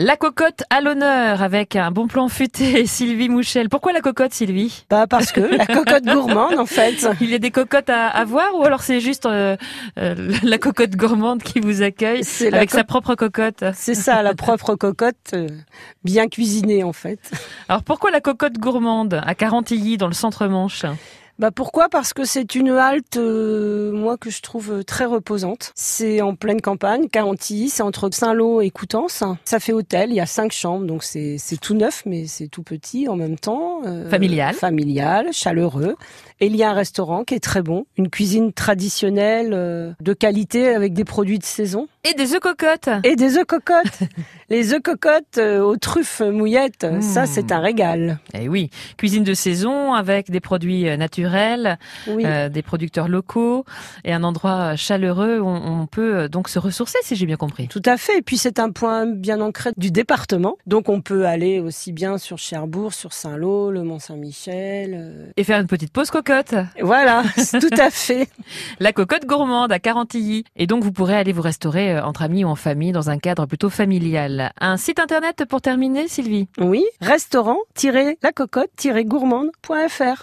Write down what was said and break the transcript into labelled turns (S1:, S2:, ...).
S1: La cocotte à l'honneur avec un bon plan futé, Sylvie Mouchel. Pourquoi la cocotte, Sylvie
S2: Bah parce que la cocotte gourmande en fait.
S1: Il y a des cocottes à, à voir ou alors c'est juste euh, euh, la cocotte gourmande qui vous accueille
S2: C'est la
S1: avec
S2: co-
S1: sa propre cocotte
S2: C'est ça, la propre cocotte euh, bien cuisinée en fait.
S1: Alors pourquoi la cocotte gourmande à Carantilly dans le centre-manche
S2: Bah pourquoi Parce que c'est une halte euh, moi que je trouve euh, très reposante. C'est en pleine campagne, Carantilly, c'est entre Saint-Lô et Coutances. Ça fait hôtel, il y a cinq chambres, donc c'est c'est tout neuf mais c'est tout petit en même temps. euh,
S1: Familial.
S2: Familial, chaleureux. Et il y a un restaurant qui est très bon, une cuisine traditionnelle euh, de qualité avec des produits de saison.
S1: Et des œufs cocottes
S2: Et des œufs cocottes. Les œufs cocottes euh, aux truffes mouillettes, euh,
S1: Mmh.
S2: ça c'est un régal.
S1: Eh oui, cuisine de saison avec des produits euh, naturels,
S2: Oui.
S1: euh, des producteurs locaux et un endroit euh, chaleureux où on on peut euh, donc se ressourcer si j'ai bien compris.
S2: Tout à fait. Et puis c'est un point bien ancré du département. Donc on peut aller aussi bien sur Cherbourg, sur Saint-Lô, le Mont-Saint-Michel. euh,
S1: Et faire une petite pause cocotte
S2: et Voilà, c'est tout à fait.
S1: La cocotte gourmande à Carantilly. Et donc, vous pourrez aller vous restaurer euh, entre amis ou en famille dans un cadre plutôt familial. Un site internet pour terminer, Sylvie
S2: Oui, restaurant-lacocotte-gourmande.fr.